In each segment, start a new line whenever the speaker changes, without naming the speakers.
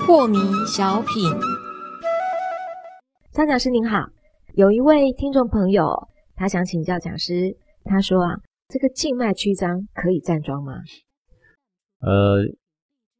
破迷小品。张讲师您好，有一位听众朋友，他想请教讲师，他说啊，这个静脉曲张可以站桩吗？
呃，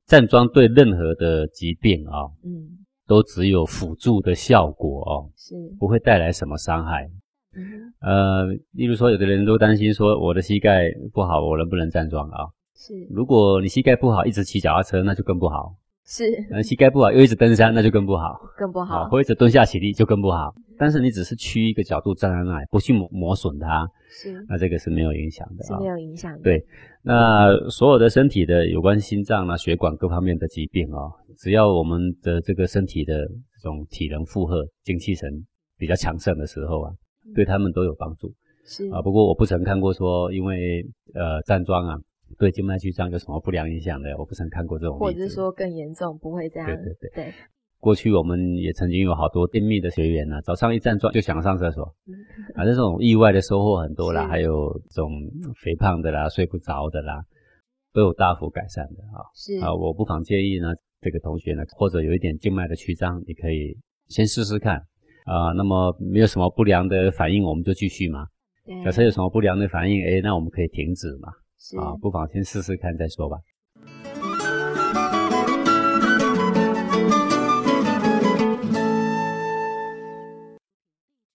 站桩对任何的疾病啊、
嗯，
都只有辅助的效果哦，
是，
不会带来什么伤害。
嗯哼，
呃，例如说，有的人都担心说，我的膝盖不好，我能不能站桩啊？
是
如果你膝盖不好，一直骑脚踏车，那就更不好；
是，
呃，膝盖不好又一直登山，那就更不好。啊
更不好，
或一直蹲下起立就更不好。但是你只是屈一个角度站在那里，不去磨磨损它，
是
那这个是没有影响的
是
啊、
没有影响的。
对那所有的身体的有关心脏啊、血管各方面的疾病哦，只要我们的这个身体的这种体能负荷、精气神比较强盛的时候啊，对他们都有帮助
嗯是
啊。不过我不曾看过说，因为呃站桩啊对静脉曲张有什么不良影响的，我不曾看过这种例子。
或者是说更严重，不会这样。
对对对
对，
过去我们也曾经有好多便秘的学员呢、早上一站桩就想上厕所
嗯，
啊，这种意外的收获很多啦，
是
还有这种肥胖的啦、睡不着的啦，都有大幅改善的啊。
是
啊，我不妨建议呢，这个同学呢，或者有一点静脉的曲张，你可以先试试看啊。那么没有什么不良的反应，我们就继续嘛。
对
假设有什么不良的反应，哎，那我们可以停止嘛。
是
啊，不妨先试试看再说吧。